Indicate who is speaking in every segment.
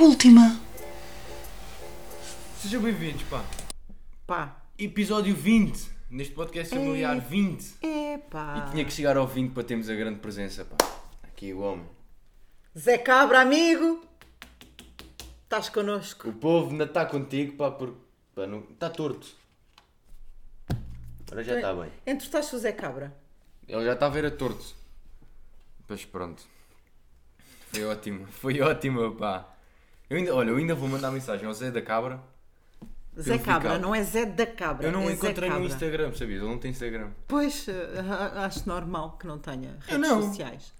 Speaker 1: última.
Speaker 2: Sejam bem-vindos, pá.
Speaker 3: Pá.
Speaker 2: Episódio 20. Neste podcast familiar 20.
Speaker 3: Epá.
Speaker 2: Tinha que chegar ao 20 para termos a grande presença, pá. Aqui o homem.
Speaker 3: Zé Cabra, amigo. Estás connosco.
Speaker 2: O povo ainda está contigo, pá, porque pá, não... está torto. Agora já está bem.
Speaker 3: Entre estás com o Zé Cabra.
Speaker 2: Ele já está a ver a torto. Pois pronto. Foi ótimo, foi ótimo, pá. Eu ainda, olha, eu ainda vou mandar mensagem ao Zé da Cabra.
Speaker 3: Zé
Speaker 2: ficar.
Speaker 3: Cabra, não é Zé da Cabra.
Speaker 2: Eu não o
Speaker 3: é
Speaker 2: encontrei
Speaker 3: Zé
Speaker 2: no
Speaker 3: Cabra.
Speaker 2: Instagram, sabias? Ele não tem Instagram.
Speaker 3: Pois, ah, ah, acho normal que não tenha redes
Speaker 2: não.
Speaker 3: sociais.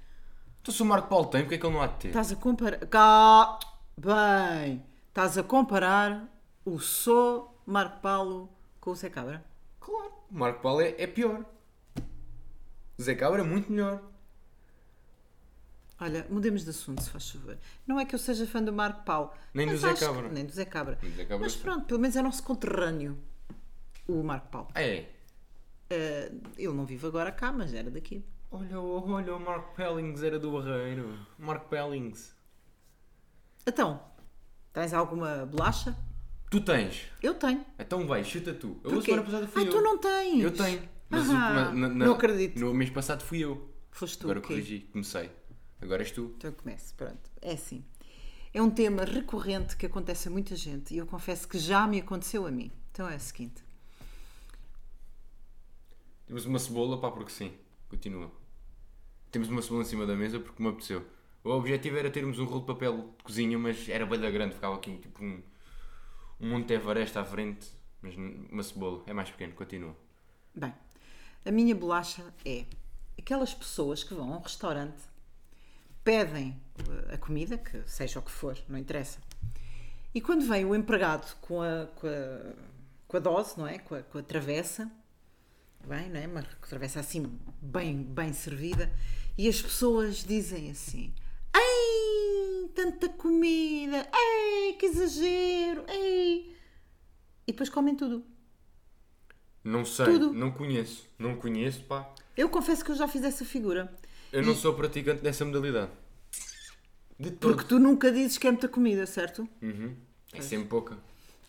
Speaker 2: Então se o Marco Paulo tem, porque é que ele não há de ter?
Speaker 3: Estás a comparar. Cá. Bem. Estás a comparar o sou Marco Paulo com o Zé Cabra.
Speaker 2: Claro, o Marco Paulo é, é pior. O Zé Cabra é muito melhor.
Speaker 3: Olha, mudemos de assunto, se faz favor. Não é que eu seja fã do Marco Paulo.
Speaker 2: Nem do
Speaker 3: mas
Speaker 2: Zé
Speaker 3: acho que-
Speaker 2: Cabra.
Speaker 3: nem do Zé Cabra.
Speaker 2: do Zé Cabra
Speaker 3: mas
Speaker 2: sim.
Speaker 3: pronto, pelo menos é nosso conterrâneo, o Marco Paulo.
Speaker 2: É.
Speaker 3: Eh, ele não vive agora cá, mas era daqui.
Speaker 2: Olha, o- olha, o Marco Pellings era do Barreiro. Marco Pellings.
Speaker 3: Então, tens alguma bolacha?
Speaker 2: Tu tens.
Speaker 3: Eu tenho.
Speaker 2: Então vai, chuta Ah, tu. Eu a
Speaker 3: Porquê?
Speaker 2: semana passada fui
Speaker 3: Ai,
Speaker 2: eu.
Speaker 3: tu não tens.
Speaker 2: Eu tenho. Mas
Speaker 3: Ah,
Speaker 2: o- na- na- na-
Speaker 3: não acredito.
Speaker 2: No mês passado fui eu.
Speaker 3: Foste tu
Speaker 2: Agora
Speaker 3: o quê?
Speaker 2: corrigi, comecei. Agora és tu.
Speaker 3: Então eu começo, pronto. É assim. É um tema recorrente que acontece a muita gente e eu confesso que já me aconteceu a mim. Então é o seguinte.
Speaker 2: Temos uma cebola, pá, porque sim. Continua. Temos uma cebola em cima da mesa porque me apeteceu. O objetivo era termos um rolo de papel de cozinha, mas era bem da grande, ficava aqui tipo um, um Monte Everest à frente, mas n- uma cebola, é mais pequeno, continua.
Speaker 3: Bem, a minha bolacha é aquelas pessoas que vão a um restaurante, pedem eh, a comida, que seja o que for, não interessa, e quando vem o empregado com a, com a, com a dose, não é? Com a, com a travessa, bem, não é? Uma travessa assim, bem, bem servida, e as pessoas dizem assim: Ei, tanta comida! Ei, que exagero! Ei! E depois comem tudo.
Speaker 2: Não sei,
Speaker 3: Tudo.
Speaker 2: não conheço, não conheço, pá.
Speaker 3: Eu confesso que eu já fiz essa figura.
Speaker 2: Eu não sou praticante dessa modalidade. De todo.
Speaker 3: Porque tu nunca dizes que é muita comida, certo?
Speaker 2: É sempre pouca.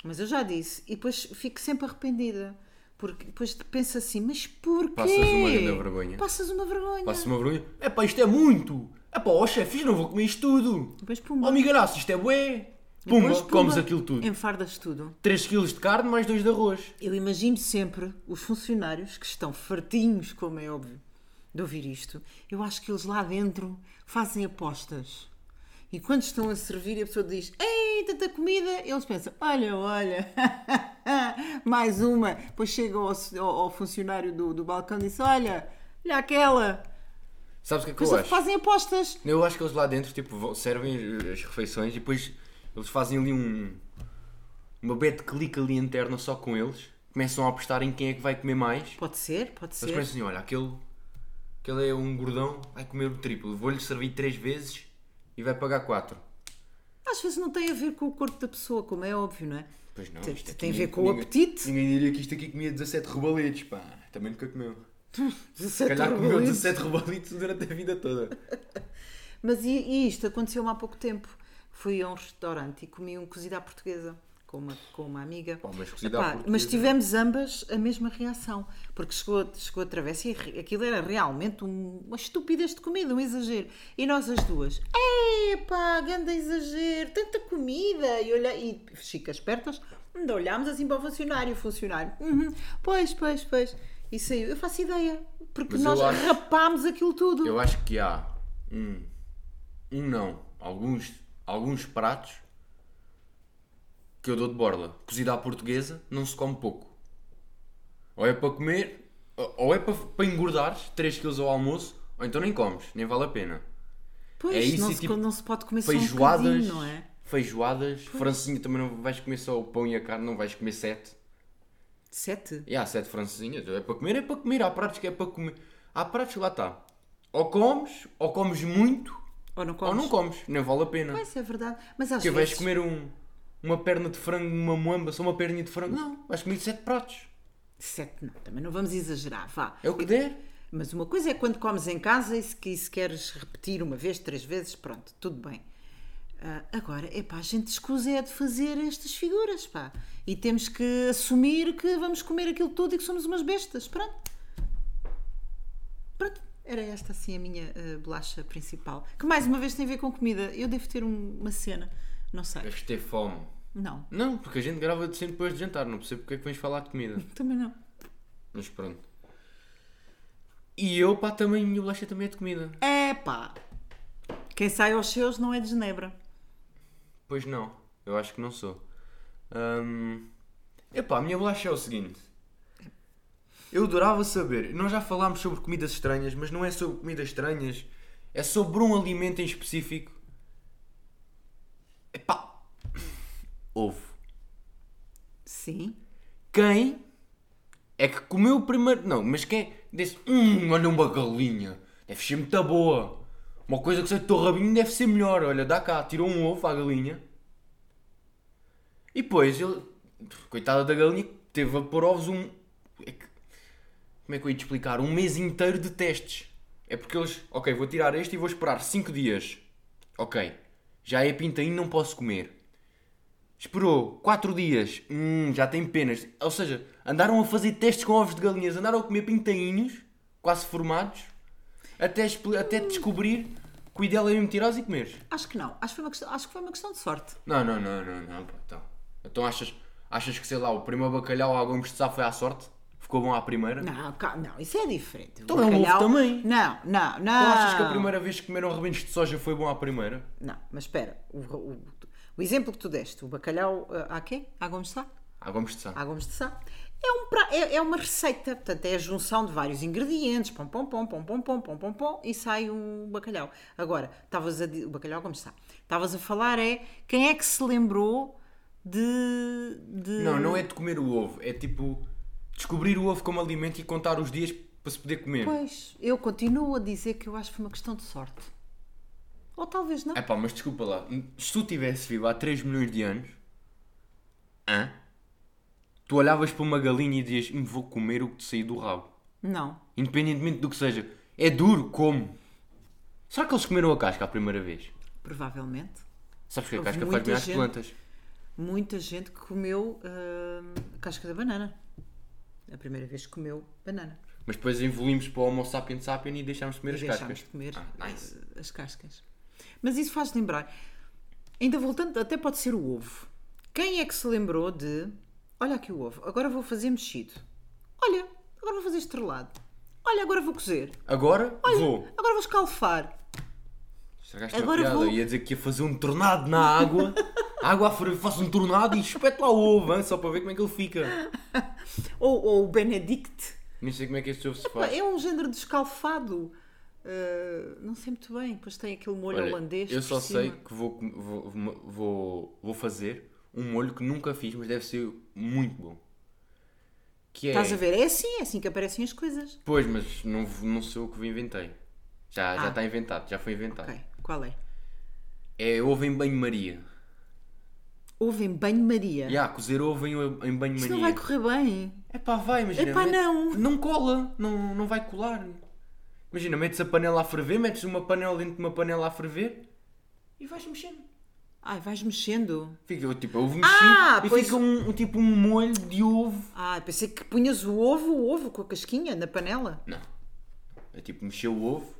Speaker 3: Mas eu já disse. E depois fico sempre arrependida. Porque depois penso assim, mas porquê?
Speaker 2: Passas uma grande vergonha.
Speaker 3: Passas uma vergonha.
Speaker 2: Passa uma vergonha. É pá, isto é muito! É pá, ó chefes, não vou comer isto tudo!
Speaker 3: Depois
Speaker 2: Ó
Speaker 3: pumba.
Speaker 2: migaraço, isto é bué!
Speaker 3: Depois,
Speaker 2: Pumba,
Speaker 3: pumba,
Speaker 2: comes aquilo tudo.
Speaker 3: Enfardas tudo.
Speaker 2: 3 kg de carne mais 2 de arroz.
Speaker 3: Eu imagino sempre os funcionários que estão fartinhos, como é óbvio, de ouvir isto. Eu acho que eles lá dentro fazem apostas. E quando estão a servir e a pessoa diz Ei, tanta comida, eles pensam Olha, olha, mais uma. Depois chegam ao, ao- ao funcionário do, do balcão e dizem Olha, olha aquela.
Speaker 2: Sabes o que é que
Speaker 3: Mas
Speaker 2: eu acho?
Speaker 3: fazem apostas.
Speaker 2: Eu acho que eles lá dentro tipo, vão- servem as refeições e depois eles fazem ali um. uma bet clique ali interna só com eles. Começam a apostar em quem é que vai comer mais.
Speaker 3: Pode ser, pode ser.
Speaker 2: Eles pensam assim: olha, aquele, aquele é um gordão, vai comer o triplo. Vou-lhe servir 3 vezes e vai pagar 4.
Speaker 3: Às vezes não tem a ver com o corpo da pessoa, como é óbvio, não é?
Speaker 2: Pois não,
Speaker 3: Tem-
Speaker 2: isto aqui
Speaker 3: tem a
Speaker 2: ninguém-
Speaker 3: ver com o
Speaker 2: ninguém-
Speaker 3: apetite.
Speaker 2: Ninguém diria que isto aqui comia 17 rebalitos, pá. Também nunca comeu. Se
Speaker 3: 17
Speaker 2: calhar comeu
Speaker 3: rebelitos.
Speaker 2: 17 rebalitos durante a vida toda.
Speaker 3: Mas e, e isto aconteceu-me há pouco tempo. Fui a um restaurante e comi um cozido à portuguesa com uma, com uma amiga.
Speaker 2: Pá, mas cozido à portuguesa-
Speaker 3: mas tivemos ambas a mesma reação, porque chegou, chegou a travessa e re- aquilo era realmente um- uma estupidez de comida, um exagero. E nós as duas, epá, grande exagero, tanta comida! E, olha, e chicas pertas, ainda olhámos assim para o funcionário, o funcionário, "Uhum, pois, pois, pois. E saiu, eu faço ideia, porque
Speaker 2: Mas eu
Speaker 3: nós
Speaker 2: acho-
Speaker 3: rapámos aquilo tudo.
Speaker 2: Eu acho que há um, um não, alguns, alguns pratos que eu dou de borla. Cozida à portuguesa não se come pouco. Ou é para comer, ou- ou é para, para engordares 3 kg ao almoço, ou então nem comes, nem vale a pena.
Speaker 3: Pois,
Speaker 2: É isso
Speaker 3: não,
Speaker 2: e,
Speaker 3: se,
Speaker 2: tipo,
Speaker 3: não se pode comer só um
Speaker 2: Feijoadas,
Speaker 3: bocadinho, não é?
Speaker 2: feijoadas, francesinha também não vais comer só o pão e a carne, não vais comer sete.
Speaker 3: Sete?
Speaker 2: E há sete francesinhas, é para comer, é para comer, há pratos que é para comer. Há pratos que lá está. Ou comes, ou comes muito,
Speaker 3: Ou não
Speaker 2: ou
Speaker 3: comes?
Speaker 2: não comes, nem vale a pena.
Speaker 3: Pois, é verdade. Mas às
Speaker 2: Porque vais
Speaker 3: vezes...
Speaker 2: comer um, uma perna de frango, uma moamba, só uma perninha de frango. Não, vais comer sete pratos.
Speaker 3: Sete não, também não vamos exagerar, vá.
Speaker 2: É o que der.
Speaker 3: Mas uma coisa é quando comes em casa e se, e se queres repetir uma vez, três vezes, pronto, tudo bem. Ah, agora, epá, a gente escusa é de fazer estas figuras, pá. E temos que assumir que vamos comer aquilo tudo e que somos umas bestas. Pronto. Pronto. Era esta assim a minha ah, bolacha principal. Que mais uma vez tem a ver com comida. Eu devo ter um- uma cena. Não sei.
Speaker 2: Deves ter fome.
Speaker 3: Não.
Speaker 2: Não, porque a gente grava de sempre depois de jantar, não percebo porque é que vens falar de comida.
Speaker 3: Também não.
Speaker 2: Mas pronto. E eu, pá, também, a minha bolacha também é de comida.
Speaker 3: Epá. Quem sai aos seus não é de Genebra.
Speaker 2: Pois não, eu acho que não sou. Hum, Epá, a minha bolacha é o seguinte. Eu adorava saber. Nós já falámos sobre comidas estranhas, mas não é sobre comidas estranhas. É sobre um alimento em específico. Epá! Ovo.
Speaker 3: Sim.
Speaker 2: Quem é que comeu primeiro. Não, mas quem disse. Hum, olha uma galinha. Deve ser muito boa. Uma coisa que sai do teu rabinho deve ser melhor. Olha, dá cá, tirou um ovo à galinha. E depois ele. Coitada da galinha, teve a pôr ovos um. é que- Como é que eu ia te explicar? Um mês inteiro de testes. É porque eles. Ok, vou tirar este e vou esperar 5 dias. Ok. Já é pintainho, não posso comer. Esperou 4 dias. Hum, já tem penas. Ou seja, andaram a fazer testes com ovos de galinhas, andaram a comer pintainhos, quase formados, até, expl- até descobrir que o ideal é mesmo tirares e comeres.
Speaker 3: Acho que não. Acho que foi uma questão, acho que foi uma questão de sorte.
Speaker 2: Não, não, não, não, não, pá, então. Então achas, achas que, sei lá, o primeiro bacalhau a gomes de sá foi à sorte? Ficou bom à primeira?
Speaker 3: Não, ca- não, isso é diferente.
Speaker 2: Então é um ovo também.
Speaker 3: Não, não, não.
Speaker 2: Ou achas que a primeira vez que comeram rebentos de soja foi bom à primeira?
Speaker 3: Não, mas espera. O, o- o exemplo que tu deste, o bacalhau eh, há quê? Há gomes de sá?
Speaker 2: A gomes de sá.
Speaker 3: Há gomes de sá. É, um pra- é, é uma receita, portanto, é a junção de vários ingredientes, pom, pom, pom, pom, pom, pom, pom, pom, pom, e sai o bacalhau. Agora, estavas a di- o bacalhau é gomes de sá. Estavas a falar é quem é que se lembrou de... de-
Speaker 2: Não, não é de comer o ovo, é tipo descobrir o ovo como alimento e contar os dias para se poder comer.
Speaker 3: Pois, eu continuo a dizer que eu acho que foi uma questão de sorte. Ou talvez não.
Speaker 2: É pá, mas desculpa lá, se tu tivesse vivo há 3 milhões de anos, hã? tu olhavas para uma galinha e dizias: "Hum, Vou comer o que te sair do rabo.
Speaker 3: Não.
Speaker 2: Independentemente do que seja, é duro, como? Será que eles comeram a casca a primeira vez?
Speaker 3: Provavelmente.
Speaker 2: Sabes que a
Speaker 3: Houve
Speaker 2: casca faz
Speaker 3: muita
Speaker 2: bem às
Speaker 3: gente.
Speaker 2: plantas.
Speaker 3: Muita gente que comeu hum, casca da banana. A primeira vez que comeu banana.
Speaker 2: Mas depois evoluímos para o Homo sapiens sapiens e deixámos de comer
Speaker 3: E
Speaker 2: as
Speaker 3: deixámos
Speaker 2: cascas.
Speaker 3: de comer
Speaker 2: Ah, nice.
Speaker 3: eh, as cascas. Mas isso faz lembrar. Ainda voltando, até pode ser o ovo. Quem é que se lembrou de. Olha aqui o ovo, agora vou fazer mexido. Olha, agora vou fazer estrelado. Olha, agora vou cozer.
Speaker 2: Agora
Speaker 3: Olha,
Speaker 2: vou.
Speaker 3: agora vou escalfar.
Speaker 2: Estragaste uma
Speaker 3: Agora
Speaker 2: piada.
Speaker 3: vou.
Speaker 2: Ia dizer que ia fazer um tornado na água. A água a ferver, faço um tornado e espeto lá o ovo, hein, só para ver como é que ele fica.
Speaker 3: Ou, ou o Benedict.
Speaker 2: Nem sei como é que este ovo se faz.
Speaker 3: É um género de escalfado. Eh, não sei muito bem, pois tem aquele molho
Speaker 2: Olha,
Speaker 3: holandês.
Speaker 2: Eu
Speaker 3: por
Speaker 2: só
Speaker 3: cima.
Speaker 2: sei que vou, com- vou, vou, vou fazer um molho que nunca fiz, mas deve ser muito bom. Que é.
Speaker 3: Estás a ver? É assim, é assim que aparecem as coisas.
Speaker 2: Pois, mas não, v- não sou eu que o inventei. Já já
Speaker 3: Ah.
Speaker 2: está inventado, já foi inventado.
Speaker 3: Ok, qual é?
Speaker 2: É ovo em banho-maria.
Speaker 3: Ovo em banho-maria.
Speaker 2: Já, cozer ovo em, em
Speaker 3: Isto É. não vai
Speaker 2: banho-maria.
Speaker 3: correr bem.
Speaker 2: É pá, vai, imagina.
Speaker 3: Epá,
Speaker 2: mete-
Speaker 3: não.
Speaker 2: Não cola, não, não vai colar. Imagina, metes a panela a ferver, metes uma panela dentro de uma panela a ferver e vais mexendo.
Speaker 3: Ai, vais mexendo.
Speaker 2: Fica tipo ovo mexido
Speaker 3: Ah,
Speaker 2: e
Speaker 3: pois-
Speaker 2: fica um, um tipo um molho de ovo.
Speaker 3: Ah, pensei que punhas o ovo, o ovo com a casquinha na panela.
Speaker 2: Não. É tipo mexer o ovo.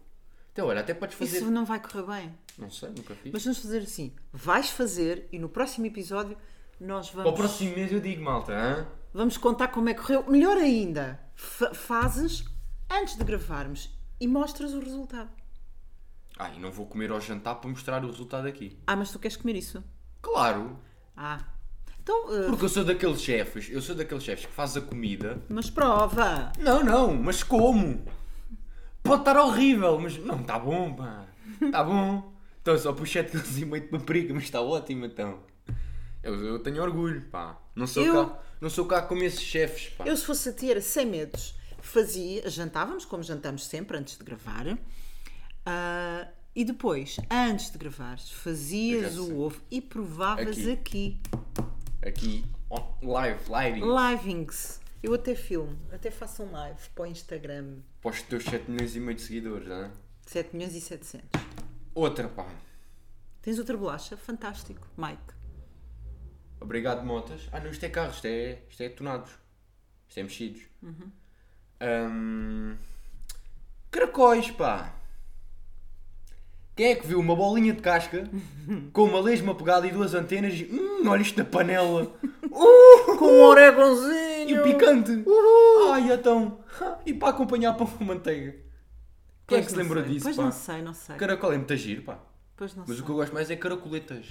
Speaker 2: Então olha, até podes fazer.
Speaker 3: Isso não vai correr bem.
Speaker 2: Não sei, nunca fiz.
Speaker 3: Mas vamos fazer assim. Vais fazer e no próximo episódio nós
Speaker 2: Para o
Speaker 3: vamos,
Speaker 2: próximo mês eu digo malta, hã?
Speaker 3: vamos contar como é que correu. Melhor ainda, fa- fazes antes de gravarmos e mostras o resultado.
Speaker 2: Ah, e não vou comer ao jantar para mostrar o resultado aqui.
Speaker 3: Ah, mas tu queres comer isso?
Speaker 2: Claro!
Speaker 3: Ah. Então, eh,
Speaker 2: Porque eu sou daqueles chefes, eu sou daqueles chefes que faz a comida.
Speaker 3: mas prova.
Speaker 2: Não, não, mas como? Pode estar horrível, mas não, está bom, pá. Está bom. Então só pus 7 quilos e meio de paprika, mas está ótimo então. Eu, eu tenho orgulho, pá. Não sou
Speaker 3: Eu-
Speaker 2: cá, não sou cá como esses chefes, pá.
Speaker 3: Eu, se fosse a ter sem medos, fazia, jantávamos, como jantamos sempre antes de gravar, ah, e depois, antes de gravares,
Speaker 2: Eu
Speaker 3: fazias
Speaker 2: já sei.
Speaker 3: o ovo e provavas
Speaker 2: Aqui.
Speaker 3: aqui.
Speaker 2: Aqui, on- live, live.
Speaker 3: Livings. Eu até filmo, até faço um live para o Instagram.
Speaker 2: Para os teus 7 milhões e meio de seguidores, não é?
Speaker 3: 7 milhões e 700.
Speaker 2: Outra, pá.
Speaker 3: Tens outra bolacha? Fantástico, Mike.
Speaker 2: Obrigado, motas. Ah, não, isto é carros, isto é, isto é tonados. Isto é mexidos.
Speaker 3: Uhum.
Speaker 2: Ahm, caracóis, pá! Quem é que viu uma bolinha de casca com uma lesma pegada e duas antenas e. Hum, olha isto na panela! Uh!
Speaker 3: Com um orégãozinho!
Speaker 2: E o picante! Ai, então! E para acompanhar pão com manteiga. Quem é que se lembrou disso,
Speaker 3: Pois
Speaker 2: pá?
Speaker 3: não sei, não sei.
Speaker 2: Caracol é muito giro, pá.
Speaker 3: Pois não
Speaker 2: Mas o
Speaker 3: sei.
Speaker 2: que eu gosto mais é caracoletas.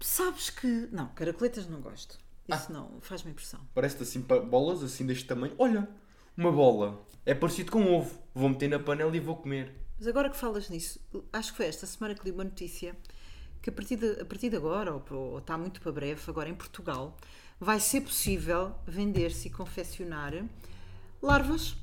Speaker 3: Sabes que. Não, caracoletas não gosto.
Speaker 2: Ah.
Speaker 3: Isso não, faz-me impressão.
Speaker 2: Parece-te assim pa- bolas, assim deste tamanho. Olha, uma bola. É parecido com um ovo. Vou meter na panela e vou comer.
Speaker 3: Mas agora que falas nisso, acho que foi esta semana que li uma notícia que a partir de, a partir de agora, ou, ou está muito para breve, agora em Portugal, vai ser possível vender-se e confeccionar larvas,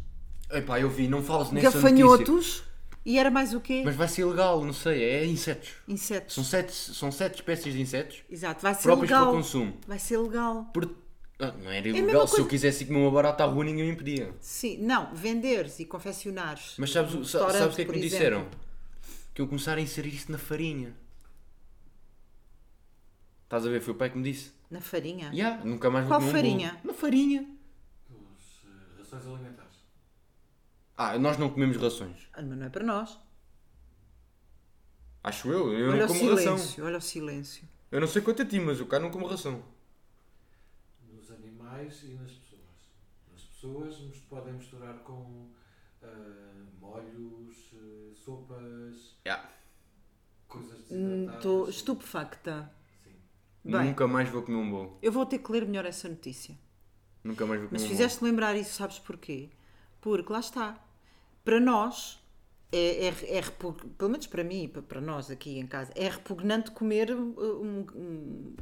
Speaker 2: Epá, eu vi, não fales nessa notícia.
Speaker 3: gafanhotos e era mais o quê?
Speaker 2: Mas vai ser legal, não sei, é insetos.
Speaker 3: Insetos.
Speaker 2: São sete, são sete espécies de insetos
Speaker 3: Exato, vai ser
Speaker 2: próprias para
Speaker 3: é legal.
Speaker 2: o consumo.
Speaker 3: Vai ser legal.
Speaker 2: Por- Ah, não era
Speaker 3: mesma
Speaker 2: ilegal, se eu
Speaker 3: coisa-
Speaker 2: quisesse comer uma barata à rua ninguém me impedia.
Speaker 3: Sim, não, venderes e confeccionares.
Speaker 2: Mas sabes, o-
Speaker 3: num
Speaker 2: sa- sabes o que é que
Speaker 3: restaurante, por
Speaker 2: me disseram?
Speaker 3: exemplo.
Speaker 2: Que eu começar a inserir isso na farinha. Estás a ver, foi o pai que me disse.
Speaker 3: Na farinha?
Speaker 2: Ya, nunca mais vou
Speaker 3: Qual
Speaker 2: comer um
Speaker 3: farinha?
Speaker 2: bolo. Na farinha.
Speaker 1: Os, eh, rações alimentares.
Speaker 2: Ah, nós não comemos rações.
Speaker 3: Ah, mas não é para nós.
Speaker 2: Acho eu, eu
Speaker 3: olha
Speaker 2: não
Speaker 3: o
Speaker 2: como
Speaker 3: silêncio,
Speaker 2: ração.
Speaker 3: olha o silêncio.
Speaker 2: Eu não sei quanto a ti, mas eu cá não como ração.
Speaker 1: Nos animais e nas pessoas. Nas pessoas nos podem misturar com eh, molhos, eh, sopas,
Speaker 2: Ya,
Speaker 1: coisas
Speaker 3: Hum,
Speaker 1: desidratadas.
Speaker 3: Estou estupefacta.
Speaker 1: Sim.
Speaker 3: Bem.
Speaker 2: Nunca mais vou comer um bolo.
Speaker 3: Eu vou ter que ler melhor essa notícia.
Speaker 2: Nunca mais vou comer
Speaker 3: Mas
Speaker 2: um
Speaker 3: fizeste lembrar isso, sabes porquê? Porque lá está. Para nós, é, é, é repug- pelo menos para mim e pa- para nós aqui em casa, é repugnante comer uh, um, um-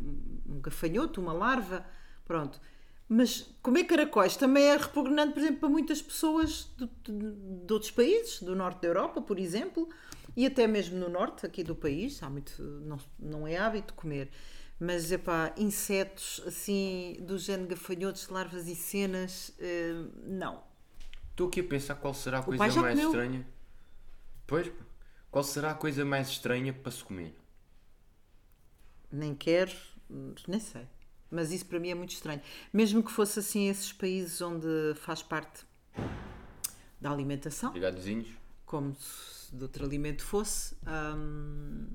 Speaker 3: um gafanhoto, uma larva. Pronto. Mas comer caracóis também é repugnante, por exemplo, para muitas pessoas de, de- de outros países, do norte da Europa, por exemplo, e até mesmo no norte aqui do país, há muito, não, não é hábito comer. Mas, epá, insetos assim, do género gafanhotos, larvas e cenas, eh, não.
Speaker 2: bolo. Estou aqui a pensar qual será a coisa
Speaker 3: pai
Speaker 2: mais
Speaker 3: já comeu.
Speaker 2: estranha. Pois, pá. qual será a coisa mais estranha para se comer?
Speaker 3: nem quero, nem sei. Mas isso para mim é muito estranho. Mesmo que fosse assim esses países onde faz parte da alimentação,
Speaker 2: Ligadozinhos?
Speaker 3: como se de outro alimento fosse, hum,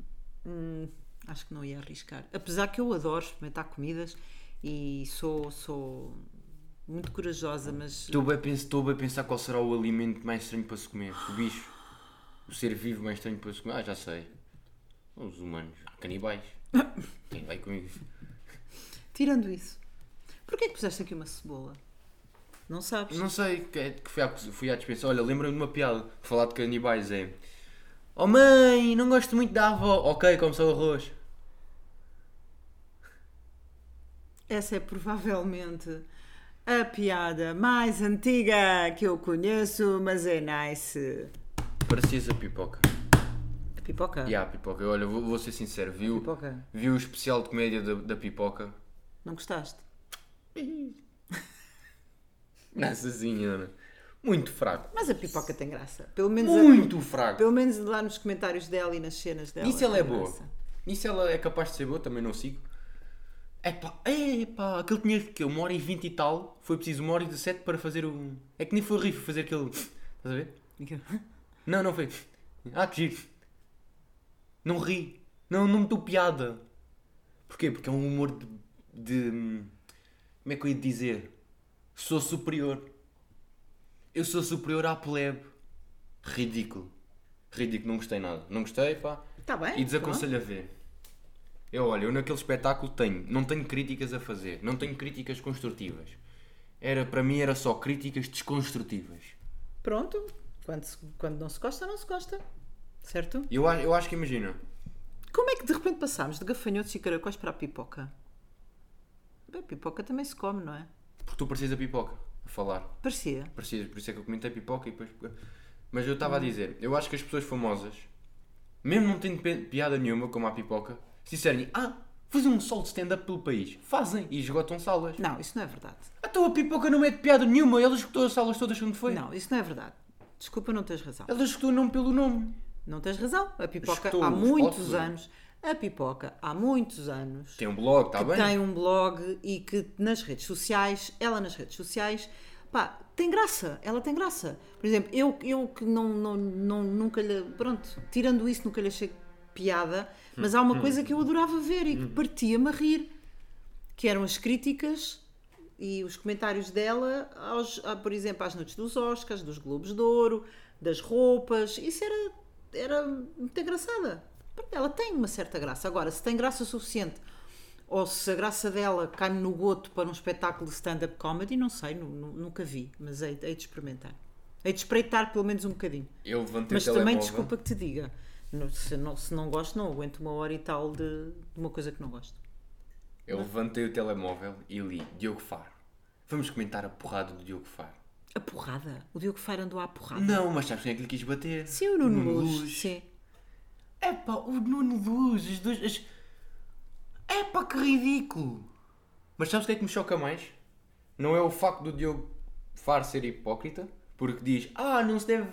Speaker 3: hum, acho que não ia arriscar. Apesar que eu adoro experimentar comidas e sou, sou muito corajosa, mas
Speaker 2: Estou bem, a pens- estou bem a pensar qual será o alimento mais estranho para se comer. O bicho. O ser vivo mais estranho para se comer. Ah, já sei. Os humanos. Há canibais. Quem vai comigo?
Speaker 3: tirando isso, porquê é que puseste aqui uma cebola? Não sabes?
Speaker 2: Não sei, que, é, que fui, à, cozi- fui à dispensa. Olha, lembra-me de uma piada. Falar de canibais é. Oh mãe, não gosto muito da avó. Ok, como só arroz.
Speaker 3: Essa é provavelmente a piada mais antiga que eu conheço, mas é nice.
Speaker 2: Parecias a pipoca.
Speaker 3: A pipoca?
Speaker 2: E há a pipoca. Olha, vou, vou ser sincero. Vi o,
Speaker 3: Pipoca.
Speaker 2: vi o especial de comédia da, da pipoca.
Speaker 3: Não gostaste?
Speaker 2: Nossa senhora. Muito fraco.
Speaker 3: Mas a pipoca tem graça. Pelo menos, a-
Speaker 2: Muito fraco.
Speaker 3: pelo menos lá nos comentários dela e nas cenas dela.
Speaker 2: Nisso ela é
Speaker 3: tem
Speaker 2: boa.
Speaker 3: graça.
Speaker 2: Nisso ela é capaz de ser boa, também não sigo. Epá, epá, aquele tinha que uma hora e vinte e tal, foi preciso uma hora e dezessete para fazer um... É que nem foi horrível fazer aquele... Estás a ver? Não, não foi. Ah, que giro. Não ri. Não, não me deu piada. Porquê? Porque é um humor de, de- Como é que eu ia dizer? Sou superior. Eu sou superior à plebe. Ridículo. Ridículo, não gostei nada. Não gostei, pá.
Speaker 3: Tá bem,
Speaker 2: E desaconselho a ver. Eu, olha, eu naquele espetáculo tenho, não tenho críticas a fazer, não tenho críticas construtivas. Era, para mim era só críticas desconstrutivas.
Speaker 3: Pronto. Quando, se- quando não se gosta, não se gosta. Certo?
Speaker 2: Eu, a- eu acho que imagina,
Speaker 3: Como é que de repente passámos de gafanhotos e caracóis para a pipoca? Bem, pipoca também se come, não é?
Speaker 2: Porque tu precisas da pipoca a falar.
Speaker 3: Parecia.
Speaker 2: Precisas, por isso é que eu comentei pipoca e depois. Mas eu estava a dizer, eu acho que as pessoas famosas, mesmo não tendo pe- piada nenhuma, como a pipoca, se disserem, ah, fazer um sol de stand-up pelo país, fazem e esgotam salas.
Speaker 3: Não, isso não é verdade.
Speaker 2: Então a pipoca não mete piada nenhuma, ela esgotou as salas todas quando foi.
Speaker 3: Não, isso não é verdade. Desculpa, não tens razão.
Speaker 2: Ela esgotou o nome pelo nome.
Speaker 3: Não tens razão. A pipoca
Speaker 2: Estou
Speaker 3: há muitos
Speaker 2: ótimo.
Speaker 3: anos. A pipoca há muitos anos
Speaker 2: Tem um blog, está bem?
Speaker 3: tem um blog e que nas redes sociais, ela nas redes sociais, pá, tem graça, ela tem graça. Por exemplo, eu, eu que não, não, não, nunca lhe, pronto, tirando isso, nunca lhe achei piada, mas há uma coisa que eu adorava ver e que partia-me a rir, que eram as críticas e os comentários dela, aos, a, por exemplo, às noites dos Oscars, dos Globos de Ouro, das roupas, isso era, era muito engraçada. Ela tem uma certa graça. Agora, se tem graça suficiente ou se a graça dela cai no goto para um espetáculo de stand-up comedy, não sei, nu- nu- nunca vi, mas hei, hei de experimentar. Hei de espreitar pelo menos um bocadinho.
Speaker 2: Eu levantei
Speaker 3: mas
Speaker 2: o
Speaker 3: também,
Speaker 2: telemóvel.
Speaker 3: desculpa que te diga, no- se não, se não gosto, não aguento uma hora e tal de, de uma coisa que não gosto.
Speaker 2: Eu levantei o telemóvel e li Diogo Faro. Vamos comentar a porrada do Diogo Faro.
Speaker 3: A porrada. O Diogo Faro andou à porrada.
Speaker 2: Não, mas sabes quem é que lhe quis bater?
Speaker 3: Sim, o Nuno Luz. Sim.
Speaker 2: Epá, o Nuno Luz, os dois. As... Epá, que ridículo! Mas sabes o que é que me choca mais? Não é o facto do Diogo Faro ser hipócrita, porque diz: Ah, não se deve,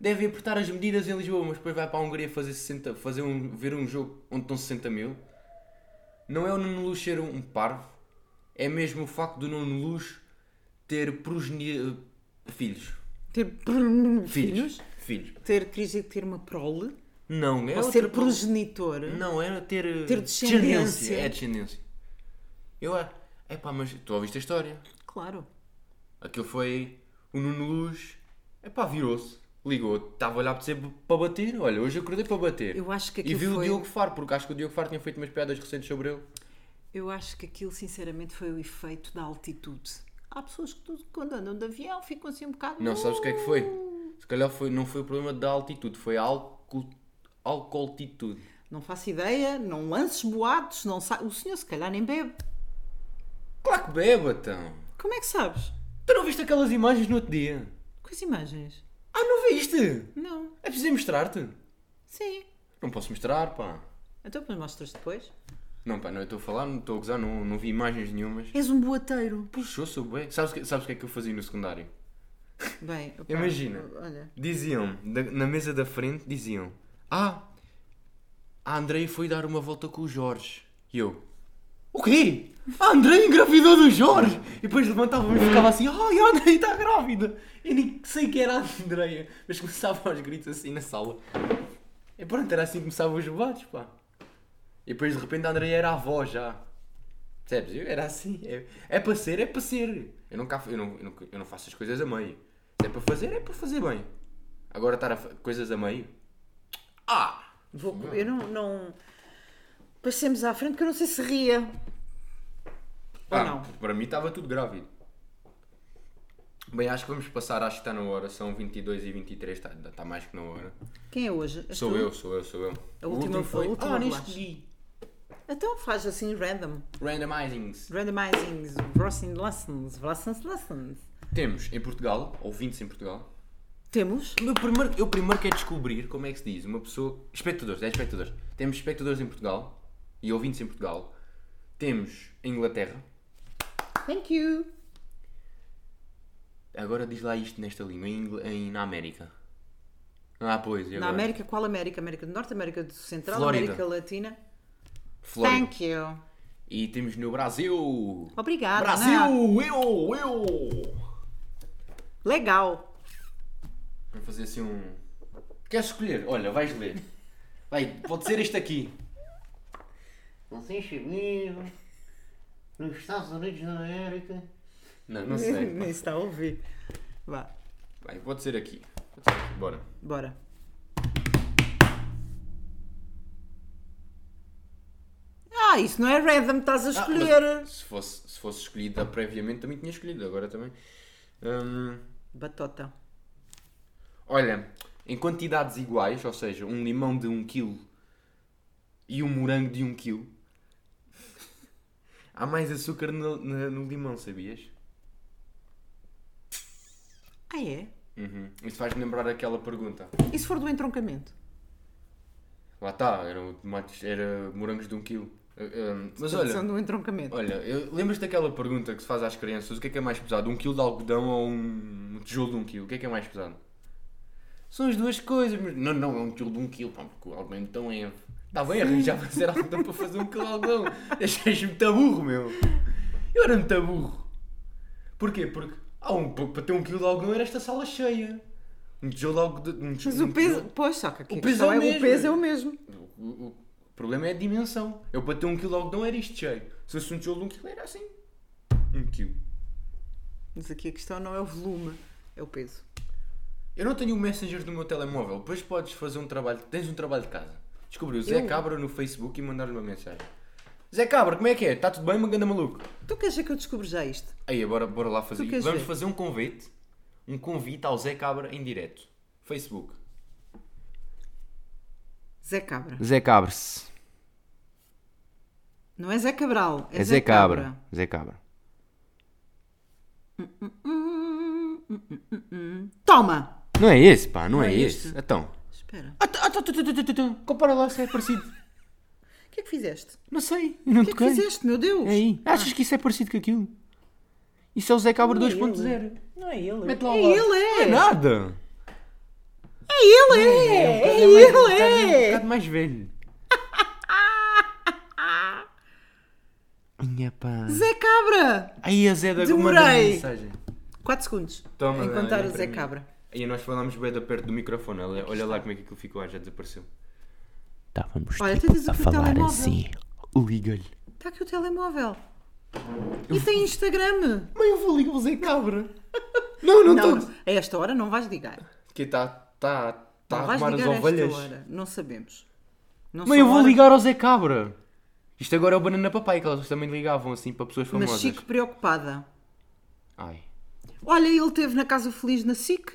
Speaker 2: deve apertar as medidas em Lisboa, mas depois vai para a Hungria fazer 60, fazer um, ver um jogo onde estão 60 mil. Não é o Nuno Luz ser um parvo, é mesmo o facto do Nuno Luz ter progenie... filhos.
Speaker 3: Ter
Speaker 2: Filhos?
Speaker 3: filhos.
Speaker 2: Filhos.
Speaker 3: Ter, queria dizer, ter uma prole.
Speaker 2: Não, é
Speaker 3: ou ser
Speaker 2: outra coisa.
Speaker 3: progenitor.
Speaker 2: Não, era ter, eh,
Speaker 3: Ter descendência.
Speaker 2: É descendência. Eu é. É pá, mas tu ouviste a história.
Speaker 3: Claro.
Speaker 2: Aquilo foi o Nuno Luz. É pá, virou-se. Ligou, estava a olhar para sempre para bater. Olha, hoje acordei para bater.
Speaker 3: Eu acho que
Speaker 2: E
Speaker 3: aquilo
Speaker 2: viu o
Speaker 3: foi-
Speaker 2: Diogo Faro, porque acho que o Diogo Faro tinha feito umas piadas recentes sobre ele.
Speaker 3: Eu acho que aquilo, sinceramente, foi o efeito da altitude. Há pessoas que, tudo, quando andam de avião, ficam assim um bocado.
Speaker 2: Não sabes o que é que foi? Se calhar foi, não foi o problema da altitude, foi a alco- alcooltitude.
Speaker 3: Não faço ideia, não lances boatos, não sa... o senhor se calhar nem bebe.
Speaker 2: Claro que beba, então.
Speaker 3: Como é que sabes?
Speaker 2: Tu não viste aquelas imagens no outro dia?
Speaker 3: Quais imagens?
Speaker 2: Ah, não viste?
Speaker 3: Não.
Speaker 2: É preciso mostrar-te.
Speaker 3: Sim.
Speaker 2: Não posso mostrar, pá.
Speaker 3: Então, depois mostras depois.
Speaker 2: Não, pá, não eu estou a falar, não estou a gozar, não, não vi imagens nenhumas.
Speaker 3: És um boateiro.
Speaker 2: Puxou, sou bué. Sabes, que- sabes o que é que eu fazia no secundário?
Speaker 3: Bem, opá,
Speaker 2: Imagina.
Speaker 3: Olha,
Speaker 2: Diziam, da- na mesa da frente, diziam: Ah, a Andreia foi dar uma volta com o Jorge. E eu: O quê? A Andreia engravidou do Jorge! E depois levantavam e ficava assim: Ai, a Andreia está grávida! Eu nem sei que era a Andreia, mas começavam aos gritos assim na sala. E pronto, era assim que começavam os debates, pá. E depois de repente a Andreia era a avó já. Percebes? Eu era assim. É, é para ser, é para ser. Eu, nunca, eu, não, eu, nunca- eu não faço as coisas a meio. Se é para fazer, é para fazer bem. Agora estar a fa- coisas a meio. Ah!
Speaker 3: vou... eu não, não. Passemos à frente que eu não sei se ria.
Speaker 2: Ah,
Speaker 3: não?
Speaker 2: Para mim estava tudo grávido. Bem, acho que vamos passar, acho que está na hora. São 22 e 23, está está mais que na hora.
Speaker 3: Quem é hoje? És
Speaker 2: Sou
Speaker 3: tu?
Speaker 2: eu, sou eu, sou eu.
Speaker 3: A última
Speaker 2: último
Speaker 3: foi- a última
Speaker 2: Ah, nem
Speaker 3: bolacha.
Speaker 2: escolhi.
Speaker 3: Então faz assim random.
Speaker 2: Randomizings.
Speaker 3: Randomizing, Rossing Lessons, Rossing Lessons.
Speaker 2: Temos em Portugal, ouvintes em Portugal,
Speaker 3: Temos?
Speaker 2: O meu primeiro, eu primeiro quero descobrir como é que se diz uma pessoa. Espectadores, é espectadores. Temos espectadores em Portugal e ouvintes em Portugal. Temos em Inglaterra.
Speaker 3: Thank you.
Speaker 2: Agora diz lá isto nesta língua, em, Ingl- em- na América. Ah, pois, e
Speaker 3: Na
Speaker 2: agora?
Speaker 3: América, qual América? América do Norte, América do Central,
Speaker 2: Flórida.
Speaker 3: América Latina?
Speaker 2: Flórida.
Speaker 3: Thank you.
Speaker 2: E temos no Brasil.
Speaker 3: Obrigada. Ana.
Speaker 2: Brasil! Eu! Eu!
Speaker 3: Legal.
Speaker 2: Vamos fazer assim um. Queres escolher? Olha, vais ler. Vai, pode ser este aqui.
Speaker 4: Vocês sabiam, nos Estados Unidos da América,
Speaker 2: Não, não sei.
Speaker 3: Nem está a ouvir. Vá,
Speaker 2: Vai, pode ser aqui. Pode ser aqui. Bora.
Speaker 3: bora. Ah, isso não é random, estás a
Speaker 2: Ah,
Speaker 3: escolher.
Speaker 2: mas se, fosse, se fosse escolhida previamente, também tinha escolhido, agora também. Hum,
Speaker 3: Batota.
Speaker 2: olha, em quantidades iguais, ou seja, um limão de 1 kg e um morango de 1 kg, há mais açúcar no, na- no limão, sabias?
Speaker 3: Ah, é?
Speaker 2: Uhum. Isso faz-me lembrar aquela pergunta.
Speaker 3: E se for do entroncamento?
Speaker 2: Lá está, eram tomates, era morangos de 1 kg. eh, mas
Speaker 3: São
Speaker 2: olha,
Speaker 3: do entroncamento.
Speaker 2: olha eu- lembras-te daquela pergunta que se faz às um crianças: o que é que é mais pesado, 1 kg de algodão ou um tijolo de 1 kg? O que é que é mais pesado? São as duas coisas, mas não, não, é um quilo de um quilo, pá, porque o algodão é tão leve. Está bem, arranjava a ser algodão para fazer um quilo de algodão. Deixaste-me muito burro, meu. Eu era muito burro. Porquê? Porque há um, para ter um quilo de algodão era esta sala cheia. Um tijolo de algodão. Um tijolo,
Speaker 3: Mas o peso. Pois, só que aqui
Speaker 2: O
Speaker 3: a
Speaker 2: peso
Speaker 3: questão
Speaker 2: é o
Speaker 3: é-
Speaker 2: mesmo.
Speaker 3: o peso é o mesmo.
Speaker 2: O, o problema é a dimensão. Eu para ter um quilo de algodão era isto cheio. Se fosse um tijolo de um quilo era assim. Um quilo.
Speaker 3: Mas aqui a questão não é o volume, é o peso.
Speaker 2: Eu não tenho o Messenger do meu telemóvel. Depois podes fazer um trabalho. Tens um trabalho de casa. Descobri o Zé
Speaker 3: Eu?
Speaker 2: Cabra no Facebook e mandar-lhe uma mensagem. Zé Cabra, como é que é? Está tudo bem, uma ganda maluco?
Speaker 3: Tu queres dizer que eu descobri já isto?
Speaker 2: Aí, bora, bora lá fazer.
Speaker 3: Tu
Speaker 2: isso.
Speaker 3: queres
Speaker 2: Vamos
Speaker 3: ver?
Speaker 2: fazer um convite. Um convite ao Zé Cabra em direto. Facebook.
Speaker 3: Zé Cabra.
Speaker 2: Zé Cabra-se.
Speaker 3: Não é Zé Cabral, é,
Speaker 2: É Zé Cabra. Zé Cabra.
Speaker 3: Hum, hum, hum, hum, hum. Toma!
Speaker 2: Não é esse, pá, não, é,
Speaker 3: é
Speaker 2: esse.
Speaker 3: este?
Speaker 2: Então.
Speaker 3: Espera.
Speaker 2: Ah, tá, ah, tá, tá, tá, tá, tá, tá. Compara lá se é parecido.
Speaker 3: O que é que fizeste?
Speaker 2: Não sei, eu não
Speaker 3: O que é que fizeste, meu Deus?
Speaker 2: É aí. Achas que isso é parecido com aquilo? Isso é o Zé Cabra
Speaker 3: Não é
Speaker 2: 2.0.
Speaker 3: Não é ele.
Speaker 2: Mete lá
Speaker 3: é
Speaker 2: o lado.
Speaker 3: ele,
Speaker 2: Não é
Speaker 3: é!
Speaker 2: nada.
Speaker 3: É ele, é! É
Speaker 2: É um
Speaker 3: ele, é!
Speaker 2: bocado mais velho. Minha pá.
Speaker 3: Zé Cabra!
Speaker 2: Aí a Zé da
Speaker 3: Demorei.
Speaker 2: manda mensagem.
Speaker 3: 4 segundos.
Speaker 2: Toma,
Speaker 3: em contar
Speaker 2: olha
Speaker 3: o
Speaker 2: para
Speaker 3: Zé
Speaker 2: mim.
Speaker 3: Cabra.
Speaker 2: Aí nós falámos bem da perto do microfone. Olha, olha lá como é que aquilo ficou, ah, já desapareceu. Estávamos
Speaker 3: Olha, até diz aqui o telemóvel.
Speaker 2: assim. Liga-lhe.
Speaker 3: Está aqui o telemóvel. E tem Instagram.
Speaker 2: Mãe, eu vou ligar o Zé Cabra. Não, não
Speaker 3: Não,
Speaker 2: estou.
Speaker 3: não, a esta hora não vais ligar.
Speaker 2: Que está tá, tá
Speaker 3: Não
Speaker 2: a
Speaker 3: vais
Speaker 2: arrumar as
Speaker 3: ligar a
Speaker 2: ovelhas.
Speaker 3: esta hora. Não sabemos. Não
Speaker 2: Mãe, eu
Speaker 3: são
Speaker 2: vou
Speaker 3: horas,
Speaker 2: ligar ao Zé Cabra. Isto agora é o Banana Papai, que elas também ligavam assim para pessoas
Speaker 3: Mas
Speaker 2: famosas.
Speaker 3: Chico preocupada.
Speaker 2: Ai.
Speaker 3: Olha, ele esteve na Casa Feliz na SIC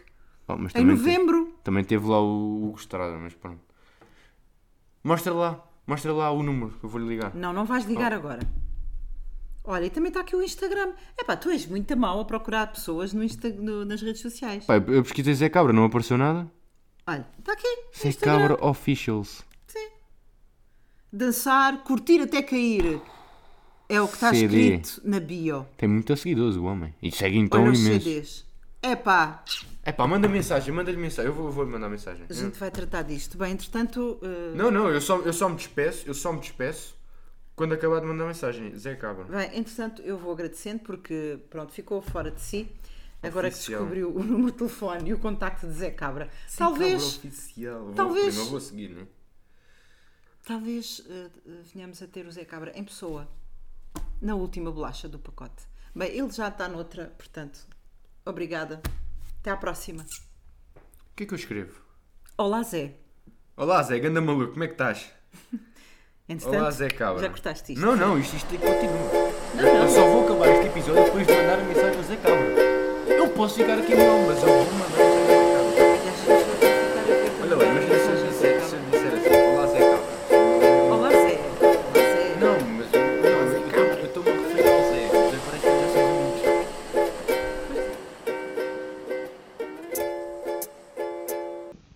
Speaker 2: Oh, mas
Speaker 3: em
Speaker 2: também
Speaker 3: novembro.
Speaker 2: Teve, também teve lá o Hugo Estrada, mas pronto. Mostra lá, mostra lá o número, eu vou-lhe ligar.
Speaker 3: Não, não vais
Speaker 2: Oh.
Speaker 3: ligar agora. Olha, e também está aqui o Instagram. Epá, tu és muito mau a procurar pessoas no Insta- no- nas redes sociais.
Speaker 2: Pá, eu pesquisei Zé Cabra, não apareceu nada.
Speaker 3: Olha, está aqui.
Speaker 2: Zé
Speaker 3: Instagram.
Speaker 2: Cabra Officials.
Speaker 3: Sim. Dançar, curtir até cair. É o que está
Speaker 2: CD.
Speaker 3: escrito na bio.
Speaker 2: Tem muitos seguidores o homem. E segue então
Speaker 3: Olha os
Speaker 2: imenso.
Speaker 3: CDs. Epá,
Speaker 2: É pá, manda mensagem, manda-lhe mensagem. Eu vou- eu vou-lhe mandar mensagem.
Speaker 3: a gente vai tratar disto. Bem, entretanto, eh,
Speaker 2: Não, não, eu só, eu só me despeço, eu só me despeço quando acabar de mandar mensagem. Zé Cabra.
Speaker 3: bem, entretanto, eu vou agradecendo porque, pronto, ficou fora de si. Agora
Speaker 2: Oficial.
Speaker 3: que descobriu o número de telefone e o contacto de Zé Cabra.
Speaker 2: Cabra
Speaker 3: talvez,
Speaker 2: oficial. Vou-
Speaker 3: talvez-
Speaker 2: primeiro vou seguir, né?
Speaker 3: talvez eh, eh, venhamos a ter o Zé Cabra em pessoa, na última bolacha do pacote. Bem, ele já está noutra, portanto, obrigada. Até à próxima.
Speaker 2: O que é que eu escrevo?
Speaker 3: Olá, Zé.
Speaker 2: Olá Zé, ganda maluco, como é que estás?
Speaker 3: Entretanto,
Speaker 2: Olá Zé Cabra.
Speaker 3: Já gostaste disto?
Speaker 2: Não, não, isto, isto continua. Eu só vou acabar este episódio depois de mandar a mensagem ao Zé Cabra. Eu posso ficar aqui não, mas eu vou mandar.